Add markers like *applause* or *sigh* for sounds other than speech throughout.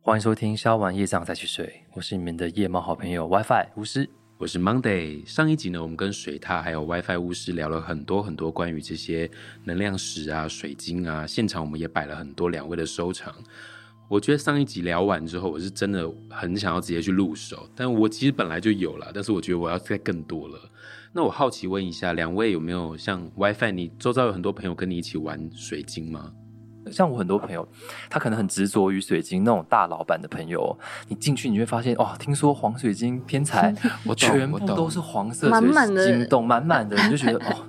欢迎收听《消完业障再去睡》，我是你们的夜猫好朋友 WiFi 巫师。我是 Monday。上一集呢，我们跟水獭还有 WiFi 巫师聊了很多很多关于这些能量石啊、水晶啊。现场我们也摆了很多两位的收藏。我觉得上一集聊完之后，我是真的很想要直接去入手，但我其实本来就有了，但是我觉得我要再更多了。那我好奇问一下，两位有没有像 WiFi，你周遭有很多朋友跟你一起玩水晶吗？像我很多朋友，他可能很执着于水晶那种大老板的朋友，哦你进去你会发现，哦，听说黄水晶偏财， *laughs* 我懂全部我懂都是黄色满水满的晶洞，满满的，你就觉得 *laughs* 哦，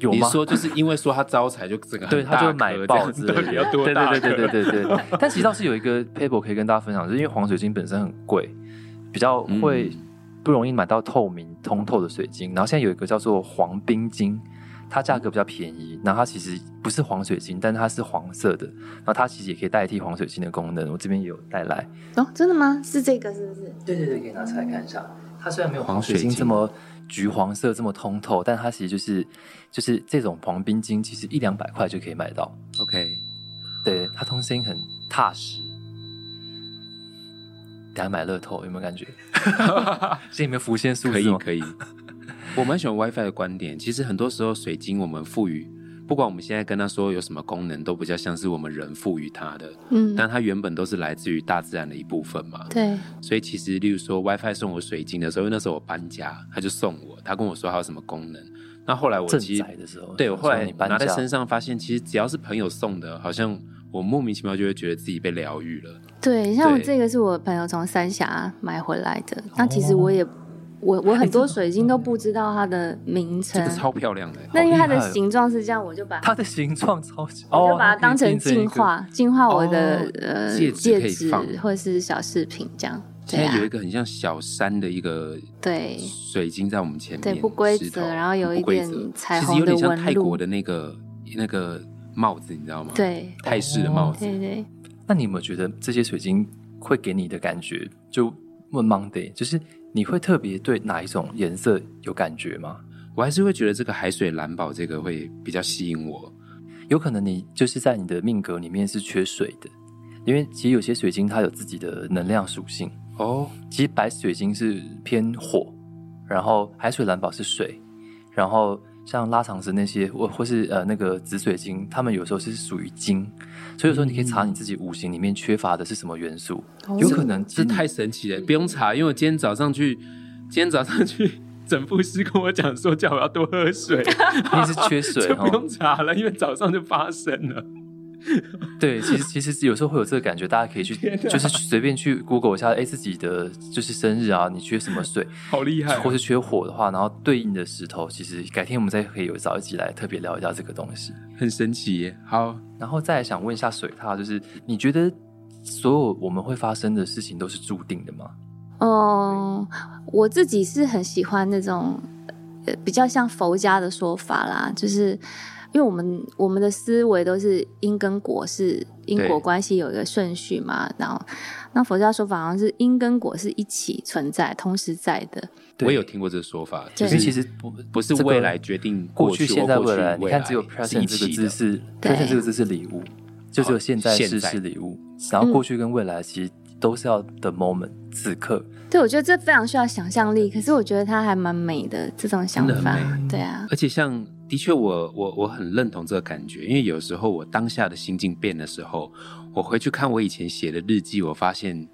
有你吗？说就是因为说他招财就整个很对，他就大会买颗爆之这类的，样到底要多对大对对颗对对对 *laughs* 对。但其实倒是有一个 paper 可以跟大家分享，就是因为黄水晶本身很贵，比较会嗯不容易买到透明通透的水晶。然后现在有一个叫做黄冰晶，它价格比较便宜，然后它其实不是黄水晶，但是它是黄色的，然后它其实也可以代替黄水晶的功能。我这边也有带来，哦，真的吗？是这个是不是？对对对，可以拿出来看一下。它虽然没有黄黄水水晶晶这么橘黄色这么通透，但它其实就是就是这种黄冰晶，其实一两百块就可以买到。 OK，对，它通声音很踏实。等下买乐透有没有感觉？ *laughs* 心里面浮现数可字以吗？可 *laughs* 以。我蛮喜欢 WiFi 的观点，其实很多时候水晶我们赋予，不管我们现在跟它说有什么功能，都比较像是我们人赋予它的，嗯，但它原本都是来自于大自然的一部分嘛。对，所以其实，例如说 WiFi 送我水晶的时候，因为那时候我搬家，他就送我，他跟我说它有什么功能。那后来我正其实宅的时候，对我想后说来你搬拿在家身上发现，其实只要是朋友送的，好像我莫名其妙就会觉得自己被疗愈了。对，像对哦这个是我朋友从三峡买回来的。那其实我也，我我很多水晶都不知道它的名这啊称个。超漂亮的，那因为它好的厉害哦形状是这样，我就把它的形状超级，我哦就，把它当可以成变一净个。化，净化我哦的呃戒指可戒以指放或是小饰品这样。现对在有一啊，个很像小山的一个对水晶在我们前面，对不规则石头然后有一不规点则彩其实虹有点的像纹泰国路的那个那个帽子，你知道吗？，对泰式的帽子。对对，那你有没有觉得这些水晶会给你的感觉？就问 Monday，就是你会特别对哪一种颜色有感觉吗？我还是会觉得这个海水蓝宝这个会比较吸引我。有可能你就是在你的命格里面是缺水的，因为其实有些水晶它有自己的能量属性。哦，其实白水晶是偏火，然后海水蓝宝是水，然后像拉长石那些，或或是呃那个紫水晶，它们有时候是属于金，所以说你可以查你自己五行里面缺乏的是什么元素，哦有可能这太神奇了，不用查，因为我今天早上去，今天早上去整复师跟我讲说，叫我要多喝水，你是 *laughs* 缺水哦就哈哦不。用查了，因为早上就发生了。对，其实其实有时候会有这个感觉，大家可以去就是随便去 Google 一下，哎，自己的就是生日啊，你缺什么水，好 *laughs* 厉害哦、或是缺火的话，然后对应的石头，其实改天我们再可以有找一集来特别聊一下这个东西。很神奇耶。好，然后再来想问一下水獭，就是你觉得所有我们会发生的事情都是注定的吗？哦，我自己是很喜欢那种呃比较像佛家的说法啦，就是因为我们我们的思维都是因跟果是因对果关系有一个顺序嘛，然后那佛家说法好像是因跟果是一起存在、同时在的，对我有听过这个说法，就对因是为其实不是这个未来决定过去、现在、或过去来，你看只有是 present 一这个起字的。哦是对 present 这个字是礼物，就只有现在现式在是礼物，然后过去跟未来其实都是要的 moment 此刻。对我觉得这非常需要想象力，可是我觉得它还蛮美的这种想真的法很，对啊，而且像的确我，我我很认同这个感觉，因为有时候我当下的心境变的时候，我回去看我以前写的日记，我发现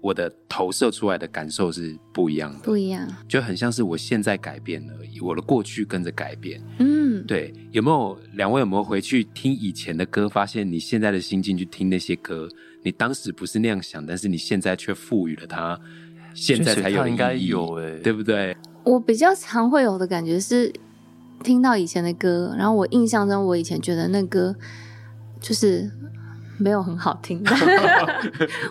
我的投射出来的感受是不一样的，不一样，就很像是我现在改变了而已，我的过去跟着改变。嗯，对，有没有两位有没有回去听以前的歌，发现你现在的心境去听那些歌，你当时不是那样想，但是你现在却赋予了它，现在才有水獭的应该意义有哎、对不对？我比较常会有的感觉是听到以前的歌，然后我印象中我以前觉得那歌就是没有很好听， *laughs*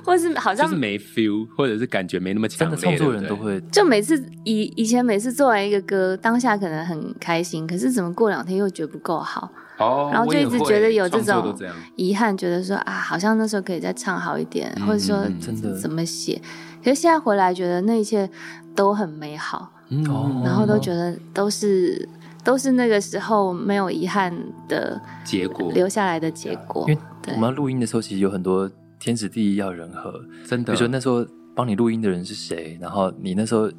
或是好就像是没 feel，或者是感觉没那么强真烈，的创作对人不都对会就每次以以前每次做完一个歌，当下可能很开心，可是怎么过两天又觉得不够好，哦，然后我就也一直会觉得有这创作种都这样遗憾，觉得说啊，好像那时候可以再唱好一点，嗯或者说嗯嗯真的怎么写。可是现在回来觉得那一切都很美好，嗯哦然后都觉得都是都是那个时候没有遗憾的结果留下来的结果啊因为。我对们要录音的时候，其实有很多天时地利要人和。真比的如。说那时候帮你录音的人是谁，然后你那时候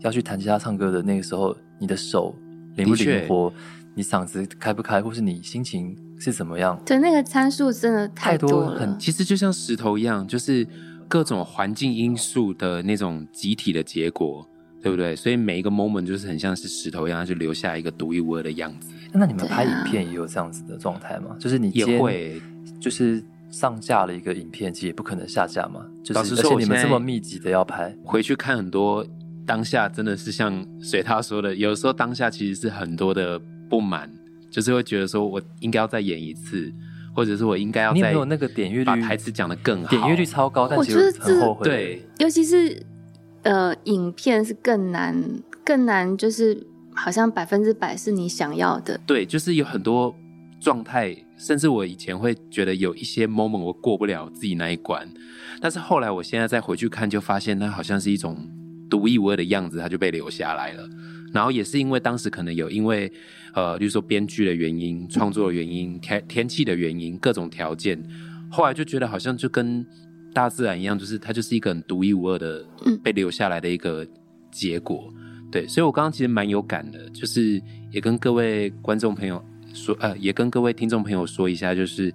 要去弹吉他唱歌的那个时候，你的手灵不的确灵活，你嗓子开不开，或是你心情是怎么 *laughs* 样，对，那个参数真的太太多多很了。其实就像石头一样，就是各种环境因素的那种集体的结果，对不对？所以每一个 moment 就是很像是石头一样，它就留下一个独一无二的样子。那你们对啊拍影片也有这样子的状态吗？就是你也今天会就是上架了一个影片，其实也不可能下架嘛。就是老实而说且我你们这现在么密集的要拍，回去看很多当下，真的是像水獭说的，有时候当下其实是很多的不满，就是会觉得说我应该要再演一次，或者是我应该要你有再没有那个点阅率？把台词讲得更好，点阅率超高，但我其觉实得很这后悔。对。尤其是呃，影片是更难，更难，就是好像百分之百是你想要的。对，就是有很多状态，甚至我以前会觉得有一些 moment 我过不了自己那一关，但是后来我现在再回去看，就发现它好像是一种独一无二的样子，它就被留下来了。然后也是因为当时可能有因为呃，例如说编剧的原因、创作的原因、天天气的原因、各种条件，后来就觉得好像就跟大自然一样，就是它就是一个很独一无二的嗯被留下来的一个结果。对，所以我刚刚其实蛮有感的，就是也跟各位观众朋友说，呃，也跟各位听众朋友说一下，就是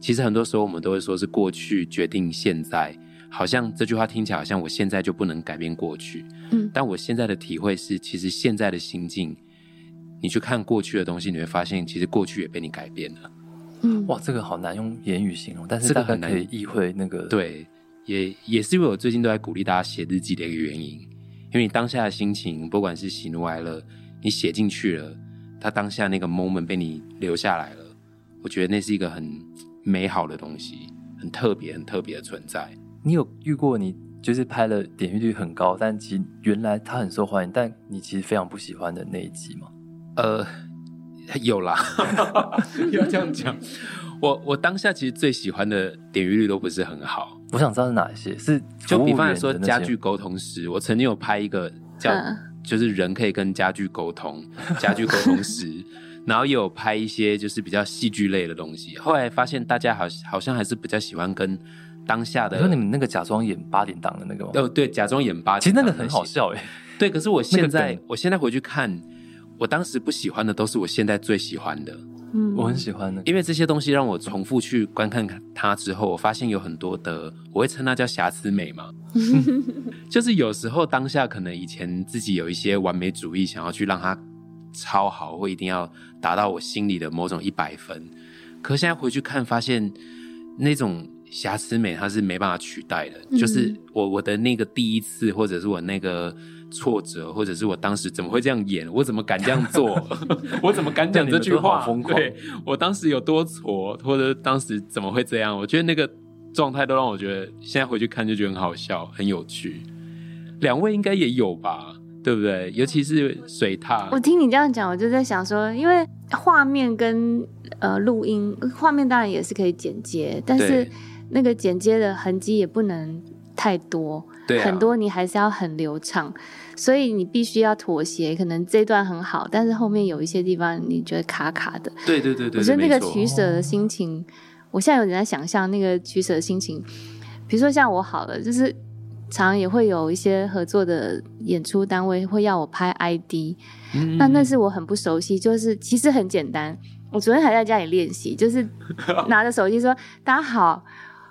其实很多时候我们都会说是过去决定现在，好像这句话听起来好像我现在就不能改变过去，嗯，但我现在的体会是，其实现在的心境，你去看过去的东西，你会发现其实过去也被你改变了。嗯，哇，这个好难用言语形容，但是这个大概很难可以意会那个。，对，也也是因为我最近都在鼓励大家写日记的一个原因，因为你当下的心情，不管是喜怒哀乐，你写进去了，它当下那个 moment 被你留下来了，我觉得那是一个很美好的东西，很特别、很特别的存在。你有遇过你就是拍了点阅率很高，但其实原来它很受欢迎，但你其实非常不喜欢的那一集吗？呃，有啦， *laughs* 要这样讲。我我当下其实最喜欢的点阅率都不是很好，我想知道是哪一些，是就比服务方来员说的那些家具沟通师，我曾经有拍一个叫嗯就是人可以跟家具沟通，家具沟通师， *laughs* 然后也有拍一些就是比较戏剧类的东西。后来发现大家好好像还是比较喜欢跟当下你的说你们那个假装演八点档的那个吗？哦对，假装演八，其实那个很好笑哎、对，可是我现那个在梗我现在回去看，我当时不喜欢的都是我现在最喜欢的。嗯我很喜欢那个。因为这些东西让我重复去观看它之后，我发现有很多的，我会称它叫瑕疵美 *laughs* 嘛，就是有时候当下可能以前自己有一些完美主义，想要去让它超好，或一定要达到我心里的某种一百分，可是现在回去看，发现那种瑕疵美它是没办法取代的，嗯就是我我的那个第一次，或者是我那个。挫折，或者是我当时怎么会这样演？我怎么敢这样 *laughs* 做？我怎么敢 *laughs* 讲这句这样你话？们都好疯狂对，我当时有多挫，或者当时怎么会这样？我觉得那个状态都让我觉得，现在回去看就觉得很好笑，很有趣。两位应该也有吧，对不对？尤其是水我獭，听你这样讲，我就在想说，因为画面跟呃录音，画面当然也是可以剪接，但是对那个剪接的痕迹也不能太多，对啊很多你还是要很流畅，所以你必须要妥协。可能这段很好，但是后面有一些地方你觉得卡卡的，对对对对，我觉得那个没错取舍的心情，我现在有点在想象那个取舍的心情。比如说像我好了，就是常常也会有一些合作的演出单位会要我拍 ID，、嗯那那是我很不熟悉，就是其实很简单。我昨天还在家里练习，就是 *laughs* 拿着手机说：“大家好，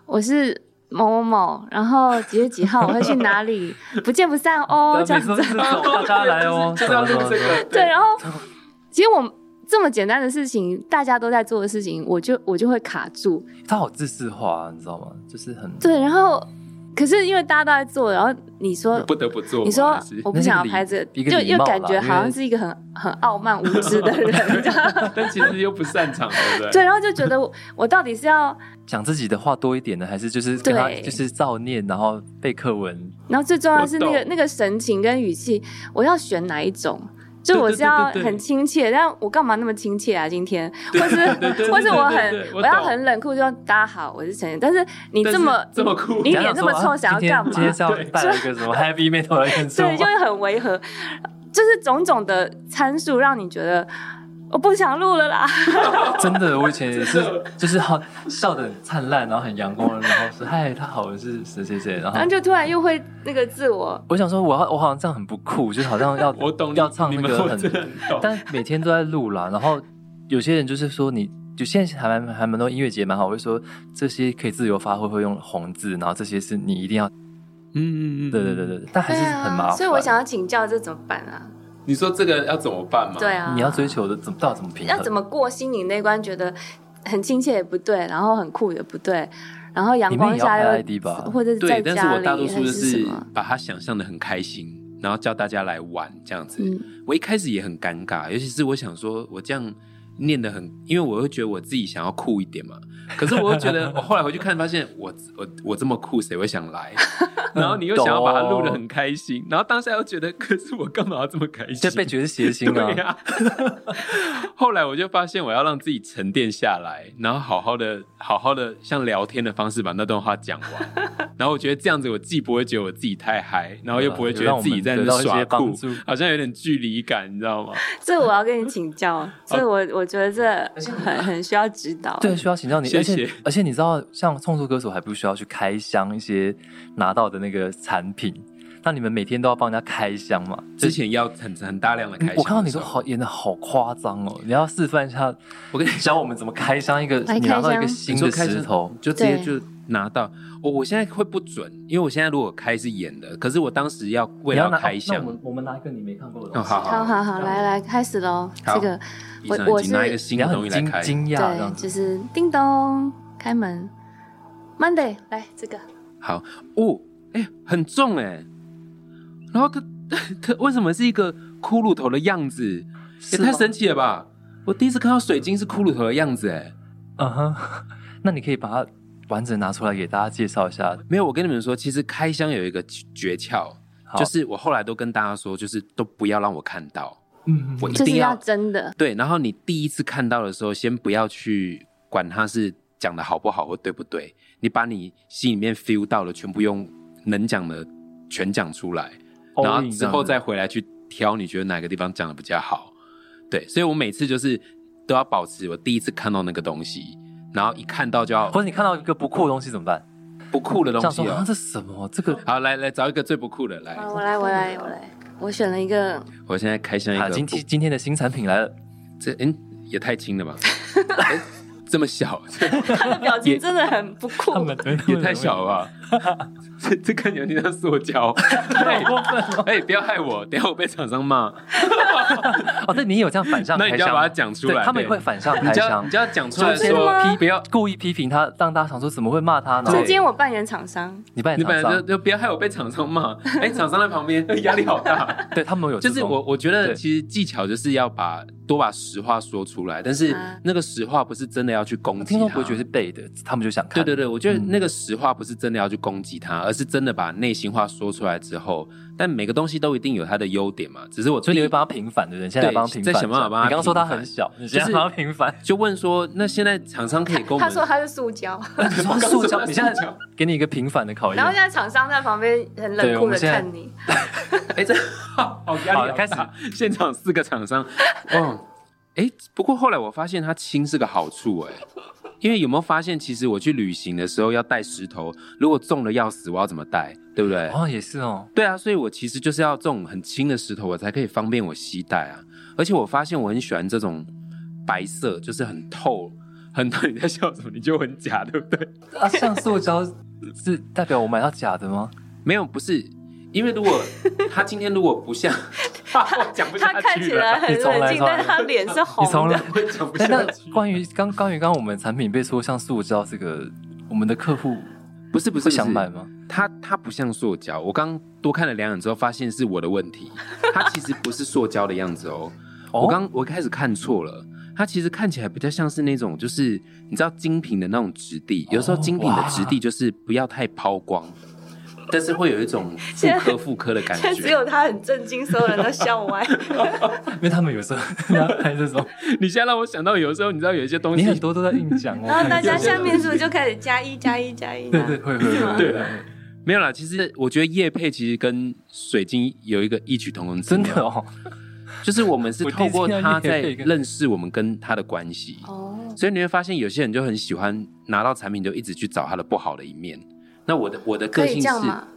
我是某某某，然后几月几号我会去哪里，不见不散 *laughs* 哦。”这每样次子都，是这种大家来哦，就是要录什么这什么个，对，然后其实我这么简单的事情，大家都在做的事情，我就我就会卡住。他好自私化、啊你知道吗？就是很对，然后可是因为大家都在做，然后你说不得不做嘛。啊你说是我不想要拍这那是一个个，就礼又貌啦感觉好像是一个很很傲慢无知的人， *laughs* 这样 *laughs* 但其实又不擅长，对不对？对，然后就觉得我我到底是要，讲自己的话多一点呢，还是就是跟他对就是造念，然后背课文？然后最重要的是那我个懂那个神情跟语气，我要选哪一种？就对我对是要对对对很亲切，但我干嘛那么亲切啊？今天，或是对对对或是我对很对对我我要懂很冷酷，就说大家好，我是陈妍。但是你但这是么嗯这么酷你脸这么讲臭，说啊想要干嘛？今天今天是 *laughs* 要带来一个什么 heavy metal 来跟对，生就活？会很违和，就是种种的参数让你觉得。我不想录了啦。真的，我以前也 *laughs* 是，就是好笑的灿烂，然后很阳光，然后说嗨，他好，我是谁谁 *laughs* 谁，哦然后然后就突然又会那个自我，我想说，我要我好像这样很不酷，就是好 *laughs* 像要我懂你要唱你那们个我很真的很懂但每天都在录啦。然后有些人就是说你。就现在还蛮还蛮多音乐节蛮好，我会说这些可以自由发挥，会用红字，然后这些是你一定要，嗯嗯嗯，对对对。对，但还对是很麻啊，烦。所以我想要请教这怎么办啊？你说这个要怎么办嘛？对，啊，你要追求的怎么到底怎么平衡？要怎么过心里那关，觉得很亲切也不对，然后很酷也不对，然后阳光你们下也又要拍 ID 吧或者对，在但是家我里大多数还就是什是么？把它想象的很开心，然后叫大家来玩这样子。嗯我一开始也很尴尬，尤其是我想说，我这样念的很，因为我会觉得我自己想要酷一点嘛。可是我又觉 *laughs* 得，我后来回去看，发现我我我这么酷，谁会想来？然后你又想要把它录的很开心，然后当下又觉得，可是我干嘛要这么开心就？被觉得谐星 *laughs* 对啊？呀、后来我就发现，我要让自己沉淀下来，然后好好的、好好的像聊天的方式把那段话讲 *laughs* 完。然后我觉得这样子，我既不会觉得我自己太嗨，然后又不会觉得自己在那耍有让我们得酷到一些帮助，好像有点距离感，你知道吗？嗯这我要跟你请教，这我我觉得这很很需要指导。对，需要请教你，谢而谢且而且你知道，像创作歌手还不需要去开箱一些拿到的那个产品，那你们每天都要帮人家开箱嘛？之前要很很大量的开你心。我看到你都，好演的好夸张哦，你要示范一下，我跟你教我们怎么开箱一个，来你拿到一开箱个新你说的开石是头，就直接对就拿到。我、我现在会不准，因为我现在如果开是演的，可是我当时要为你要了拿开哦箱那我，们我们拿一个你没看过的哦东西，好好好好好，来来开始喽。好这个闭我上眼我睛是拿一个新你的要东很西来惊开。惊讶这对，样子，就是叮咚开门，Monday 来这个，好哦，哎、很重哎、然后它 *laughs* 它为什么是一个骷髅头的样子？是也太吗神奇了吧！我第一次看到水晶是骷髅头的样子哎、嗯哼， *laughs* 那你可以把它完整拿出来给大家介绍一下，没有，我跟你们说，其实开箱有一个诀窍，好就是我后来都跟大家说，就是都不要让我看到，嗯，我一就是定要要真的。对。然后你第一次看到的时候，先不要去管它是讲的好不好或对不对，你把你心里面 feel 到的全部用能讲的全讲出来。然后之后再回来去挑你觉得哪个地方讲的比较好。对，所以我每次就是都要保持我第一次看到那个东西，然后一看到就要或者你看到一个不酷的东西怎么办？不酷的东想西说啊，哦。这是什么？这个好，来来找一个最不酷的来好，，我来我来我来，我选了一个我现在开箱一好，个啊今不，天今天的新产品来了，这嗯也太轻 *laughs* 了吧，哎这么小，这表情真的很不酷他，们也太小了吧，这这看起来有点像塑胶， *laughs* 哎过分了。哎不要害我，等一下我被厂 *laughs* 商骂， *laughs* 哦，对你也有这样反向那开你箱，就要把它讲出来，对他们也对会反向你开就要箱你，就要讲出就来是先说，批不要故意批评他，让大家想说怎么会骂他呢？所对以今天我扮演厂商，你扮你演本厂来商，就就不要害我被厂商骂， *laughs* 哎、厂商在旁边压力好 *laughs* 大。对他们有这就种是我，我觉得对其实技巧就是要把多把实话说出来，但是啊那个实话不是真的要去攻击听他。众不会觉得是嗯背的，他们就想看。对对对，我觉得那个实话不是真的要去攻击他，而是真的把内心话说出来之后，但每个东西都一定有它的优点嘛。只是我所以你第一会帮他平反，对不对？你现在来对帮他平反，再想办法帮他你刚刚说他平反很小，你就是现在帮他平 *laughs* 反。就问说，那现在厂商可以跟我他们说他是 *laughs* 塑胶，你说塑胶，*laughs* 刚刚说你现在给你一个平反的考啊验然后。现在厂商在旁边很冷酷的看你， *laughs* 哎、这好压力好好开大。现场四个厂商， *laughs* 哦，哎、不过后来我发现它轻是个好处、哎，因为有没有发现，其实我去旅行的时候要带石头，如果重的要死，我要怎么带，对不对？哦，也是哦，对啊，所以我其实就是要这种很轻的石头，我才可以方便我携带啊。而且我发现我很喜欢这种白色，就是很透。很透。 *laughs* 你在笑什么？你就很假，对不对？啊，像塑胶是代表我买到假的吗？没有，不是，因为如果他今天如果不像， *laughs* 我讲不下去他了。看起来很冷静，但是他脸是你从红来 *laughs* 的。我讲不那下那去。关于刚关于刚刚我们产品被说像塑胶这个，我们的客户不是不是会想买，吗？不是它它不像塑胶。我刚多看了两眼之后，发现是我的问题。它其实不是塑胶的样子哦。哦我刚我一开始看错了，它其实看起来比较像是那种，就是你知道精品的那种质地。有时候精品的质地就是不要太抛光，但是会有一种复 *laughs* 现刻复刻的感但只觉。有他很震惊，所有人都笑歪。 *laughs* 因为他们有 *laughs* 时候要拍这种，你现在让我想到，有时候你知道有一些东 *laughs* 你西很多都在硬讲哦。然后大家下面是不是就开始加一加一加一？对对会会会对对啊没有啦。其实我觉得叶配其实跟水晶有一个异曲同工之真妙，的哦，就是我们是我第透一次过听到他你也在可以跟认识我们跟他的关系。哦，所以你会发现，有些人就很喜欢拿到产品就一直去找它的不好的一面。那我的我的可个以性这是样吗？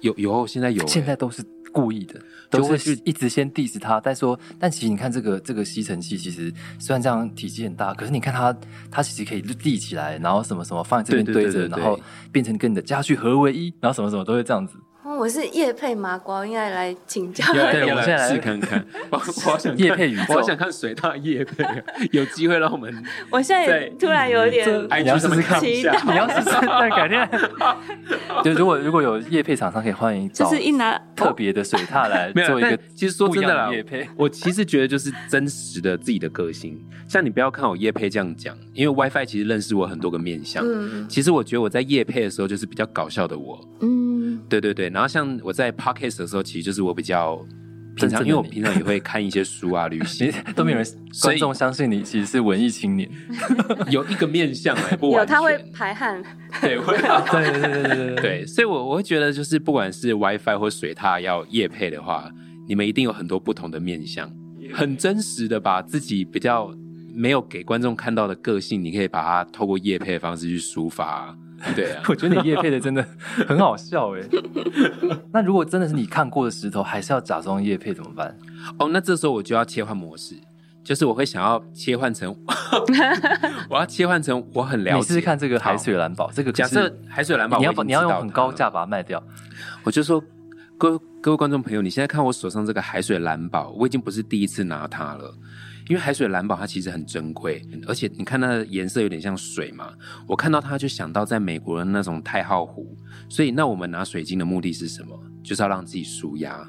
有有现在有、欸、现在都是故意的，就都会是去一直先 diss 他，但说，但其实你看这个这个吸尘器，其实虽然这样体积很大，可是你看它它其实可以立起来，然后什么什么放在这边对对堆对着，对对然后变成跟你的家具合为一，然后什么什么都会这样子。哦我是叶配麻瓜，应该来请教。要来对要我们现在来来试 *laughs* 看看。我我好想看业配宇宙我好想看水大叶配， *laughs* 有机会让我们我现在也对突然有一点这哎你要去试上面试看，看一你下要试试看，改天。 *laughs* 就如果如果有业配厂商，可以欢迎就找是一拿特别的水挞来 *laughs* 没有做一个但其实说真的啦不一样业配。我其实觉得就是真实的自己的个性。像你不要看我叶配这样讲，因为 WiFi 其实认识我很多个面相。嗯其实我觉得我在夜配的时候就是比较搞笑的我，嗯对对对。然后像我在 podcast 的时候，其实就是我比较平真正常，的因为我你平常也会看一些书 *laughs* 啊、旅其行，实都没有人所观以众相信你其实是文艺青年，有一个面相哎， *laughs* 不有完全他会排汗，对会对对对对对 *laughs*，对，所以我我会觉得就是不管是 WiFi 或水獭要夜配的话，你们一定有很多不同的面相，很真实的把自己比较没有给观众看到的个性，你可以把它透过夜配的方式去抒发。对啊我觉得你叶配的真的很好笑哎。 *laughs* 那如果真的是你看过的石头，还是要假装叶配怎么办？哦，那这时候我就要切换模式，就是我会想要切换 *laughs* 成，我要切换成我很了解。你试试看这个海水好蓝宝，这个可假是设海水蓝宝，你要我已经你要知用道很它高了价把它卖掉，我就说，各位各位观众朋友，你现在看我手上这个海水蓝宝，我已经不是第一次拿它了。因为海水蓝宝它其实很珍贵，而且你看它的颜色有点像水嘛，我看到它就想到在美国的那种太浩湖，所以那我们拿水晶的目的是什么？就是要让自己舒压，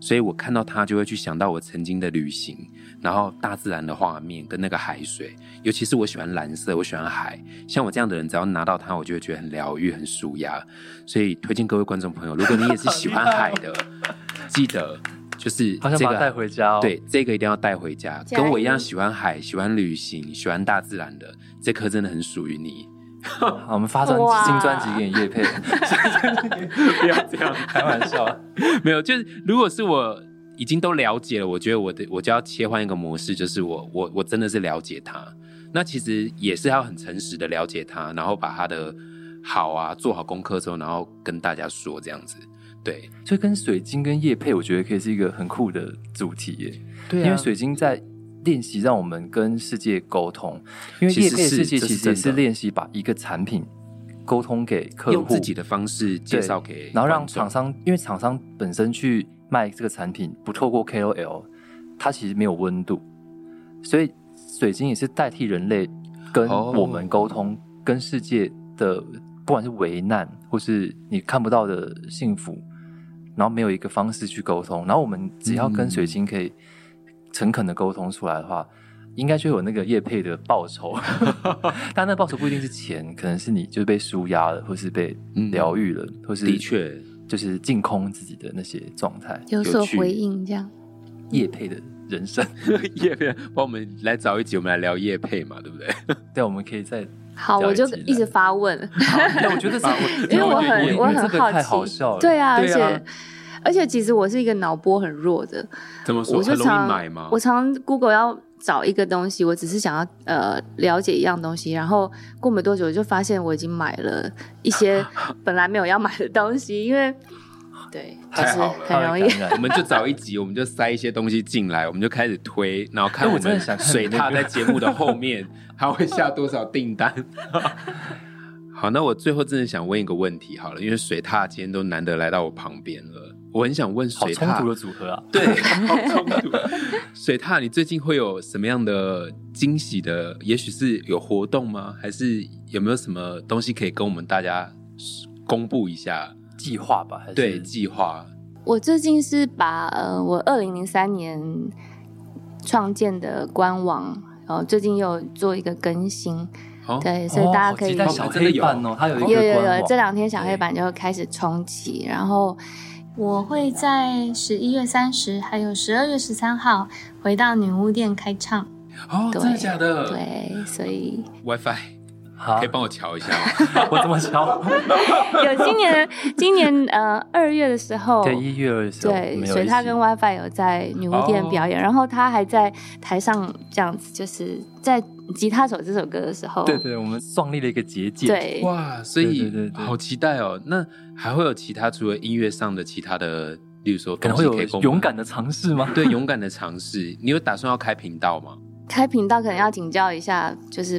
所以我看到它就会去想到我曾经的旅行，然后大自然的画面跟那个海水，尤其是我喜欢蓝色，我喜欢海，像我这样的人，只要拿到它，我就会觉得很疗愈、很舒压，所以推荐各位观众朋友，如果你也是喜欢海 *laughs* 的，记得就是好想这把个它带回家哦。对，这个一定要带回家。加跟我一样一喜欢海、喜欢旅行、喜欢大自然的，这颗真的很属于你。好，我们发专哇辑新专辑给你叶 *laughs* 配，不要这样，开玩笑啊。 *laughs* 没有，就是如果是我已经都了解了，我觉得我的我就要切换一个模式，就是我我我真的是了解他。那其实也是要很诚实的了解他，然后把他的好啊做好功课之后，然后跟大家说这样子。对，所以跟水晶跟叶配，我觉得可以是一个很酷的主题耶。对啊因为水晶在练习让我们跟世界沟通，因为其业实配是世界这其是实也真是的练习把一个产品沟通给客户，用自己的方式介绍给观众，然后让厂商，因为厂商本身去卖这个产品，不透过 KOL，它其实没有温度，所以水晶也是代替人类跟哦我们沟通，跟世界的不管是危难或是你看不到的幸福，然后没有一个方式去沟通，然后我们只要跟嗯水晶可以诚恳的沟通出来的话。应该就有那个业配的报酬， *laughs* 但那报酬不一定是钱，可能是你就是被舒压了，或是被嗯疗愈了，或是的 *laughs* 确就是净空自己的那些状态，有所所趣回回应这样。叶配的人生。叶配，帮我们来找一集，我们来聊叶配嘛，对不对？对，啊我们可以再，好，我就了解了一直发问，但我觉得是，啊因为我很你我们很这个好太奇，好笑了。对啊，而对啊且而且其实我是一个脑波很弱的，怎么说？我很就容易常买吗？我常 Google 要找一个东西，我只是想要呃了解一样东西，然后过没多久我就发现我已经买了一些 *laughs* 本来没有要买的东西，因为对，就太是好了它很会容感易。 *laughs* 染我们就找一集，我们就塞一些东西进来，我们就开始推，然后看哎我我真的们想看水那獭个在节目的后面还会下多少订单。 *laughs* 好，那我最后真的想问一个问题好了，因为水獭今天都难得来到我旁边了，我很想问好水冲突的獭，组合啊！对，好冲突。 *laughs* 水獭，你最近会有什么样的惊喜的？也许是有活动吗？还是有没有什么东西可以跟我们大家公布一下？计划吧，还是对，计划。我最近是把呃我二零零三年创建的官网，然后最近有做一个更新，好、对，所以哦大家好可以、期待哦小真的黑有板哦，它有一有个有官有，网这两天小黑板就开始冲击，然后我会在十一月三十还有十二月十三号回到女巫店开唱。哦，对真的假的？对，所以 WiFi 好可以，帮我瞧一下吗？我怎么瞧？有今年今年呃二月的时候，对，一月二的时候，我对，们有水一獭起哦跟 WiFi 有在女巫店表演，然后他还在台上这样子，就是在吉他手这首歌的时候，对对，我们创立了一个结界。，对哇，*laughs* 所对对以对对好期待哦！那还会有其他除了音乐上的其他的，例如说可能会东西有供勇敢的尝试吗？对勇敢的尝试。你有打算要开频道吗？开频道可能要请教一下，就是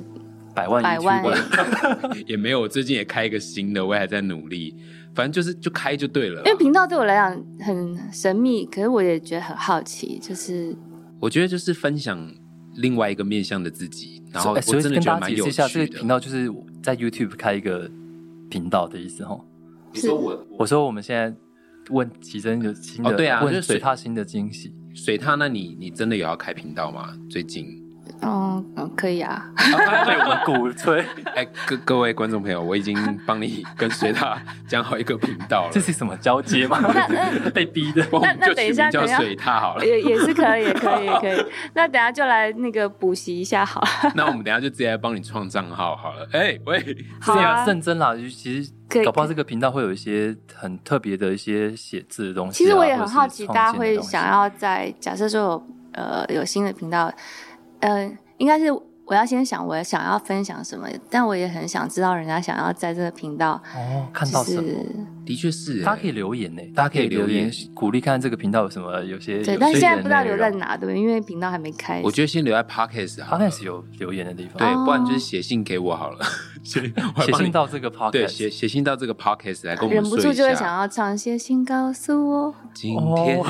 百万 *laughs* 百万 YouTuber 也没有，我最近也开一个新的，我也还在努力。反正就是就开就对了啦。啊因为频道对我来讲很神秘，可是我也觉得很好奇，就是我觉得就是分享另外一个面向的自己，然后哎我所以真的跟觉大家得蛮解有释趣一下，这个的。频道就是在 YouTube 开一个频道的意思哦哈。你说我我说我们现在问奇珍有新的，哦对啊就问是水水獭新的惊喜。水獭，那你你真的有要开频道吗？最 *laughs* 近？嗯嗯可以啊，被我们鼓吹，哎，各各位观众朋友，我已经帮你跟水獭讲好一个频道 *laughs* 了这，是什么交接吗？嗯 *laughs* 被逼的。我们那就那等取一下名叫等一下水獭好了。也也是可以，也可以，也可以。那等下就来那个补习一下好 *laughs* 了，那我们等一下就直接来帮你创账号好了。哎喂，好是啊，啊。认真啦，其实可以搞不好这个频道会有一些很特别的一些写字的东西啊。其实我也或很是好奇，创大家建的会东西想要在假设说有呃有新的频道，呃，应该是我要先想我想要分享什么，但我也很想知道人家想要在这个频道哦，看就到什是么？的确是、欸大家可以留言呢，大家可以留言鼓励看看这个频道有什么有些。对，有但趣现在的不知道内留容在。哪，对不对？因为频道还没开。我觉得先留在 podcast 好了 Podcast 有留言的地方，对，哦不然就是写信给我好了， *laughs* 写我还写帮信你到这个 Podcast，对写写信到这个 podcast 来跟我们忍不说住一就会下想要唱一些信告诉我，今天哦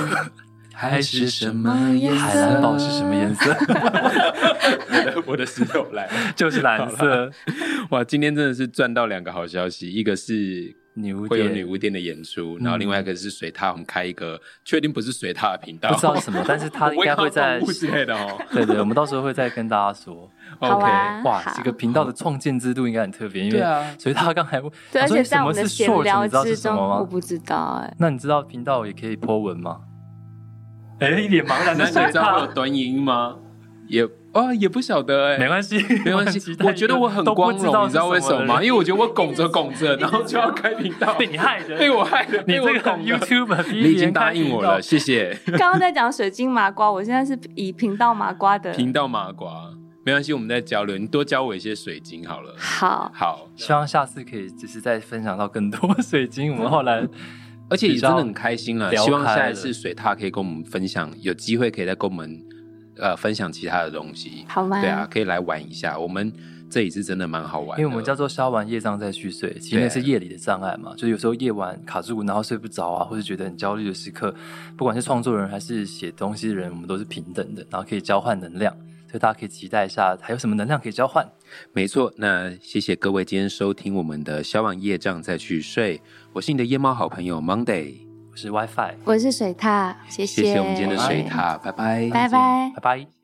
还是什么么颜颜色？色海蓝宝是什么颜色？ *laughs* 我的石头来 *laughs* 了。就是蓝色。哇，今天真的是赚到两个好消息，一个是女巫会有店女巫店 *laughs* 的演出，然后另外一个是水獭，我们开一个，确定不是水獭的频道，不知道是什么，但是它应该会在 *laughs* 我。不知道是什么之类的哦。 *laughs* 对对，我们到时候会再跟大家说。好 OK，啊，哇好，这个频道的创建制度应该很特别，因对为啊所以他刚才问，他对，而说你且啊什在么我们是的闲 short，聊你知道之是什中，么我吗？不知道哎、那你知道频道也可以 po 文吗？哎，一脸茫然那的你水知道会有獭，短影音吗？也啊，也不晓得 *laughs* 哎，没关系， *laughs* 没关很系期，待我觉得我很都不光荣，你知道为什是么吗？的人因为我觉得我拱 *laughs* 着拱着，然后就要开频 *laughs* 道，被你害的， *laughs* 被我害的， *laughs* 你被这我个拱的。 YouTube 第一 *laughs* 你已经年答开应频我道了，谢谢。 *laughs* 刚刚在讲水晶麻瓜，我现在是以频道麻 *laughs* 瓜的频道麻瓜，没关系，我们再交流，你多教我一些水晶好了。好，好，希望下次可以只是再分享到更多水晶。我们后来而且也真的很开心了，聊开了希望下一次水獭可以跟我们分享，有机会可以再跟我们呃分享其他的东西。好吗？对啊，可以来玩一下，我们这里是真的蛮好玩的，因为我们叫做消完夜障再去睡，其实那对是夜里的障碍嘛，就是有时候夜晚卡住，然后睡不着啊，或者觉得很焦虑的时刻，不管是创作人还是写东西的人，我们都是平等的，然后可以交换能量，所以大家可以期待一下，还有什么能量可以交换？没错，那谢谢各位今天收听我们的消完夜障再去睡，我是你的夜猫好朋友 Monday，我是 WiFi，我是水獭，谢谢谢我们今天的水獭，拜拜，拜拜拜。拜。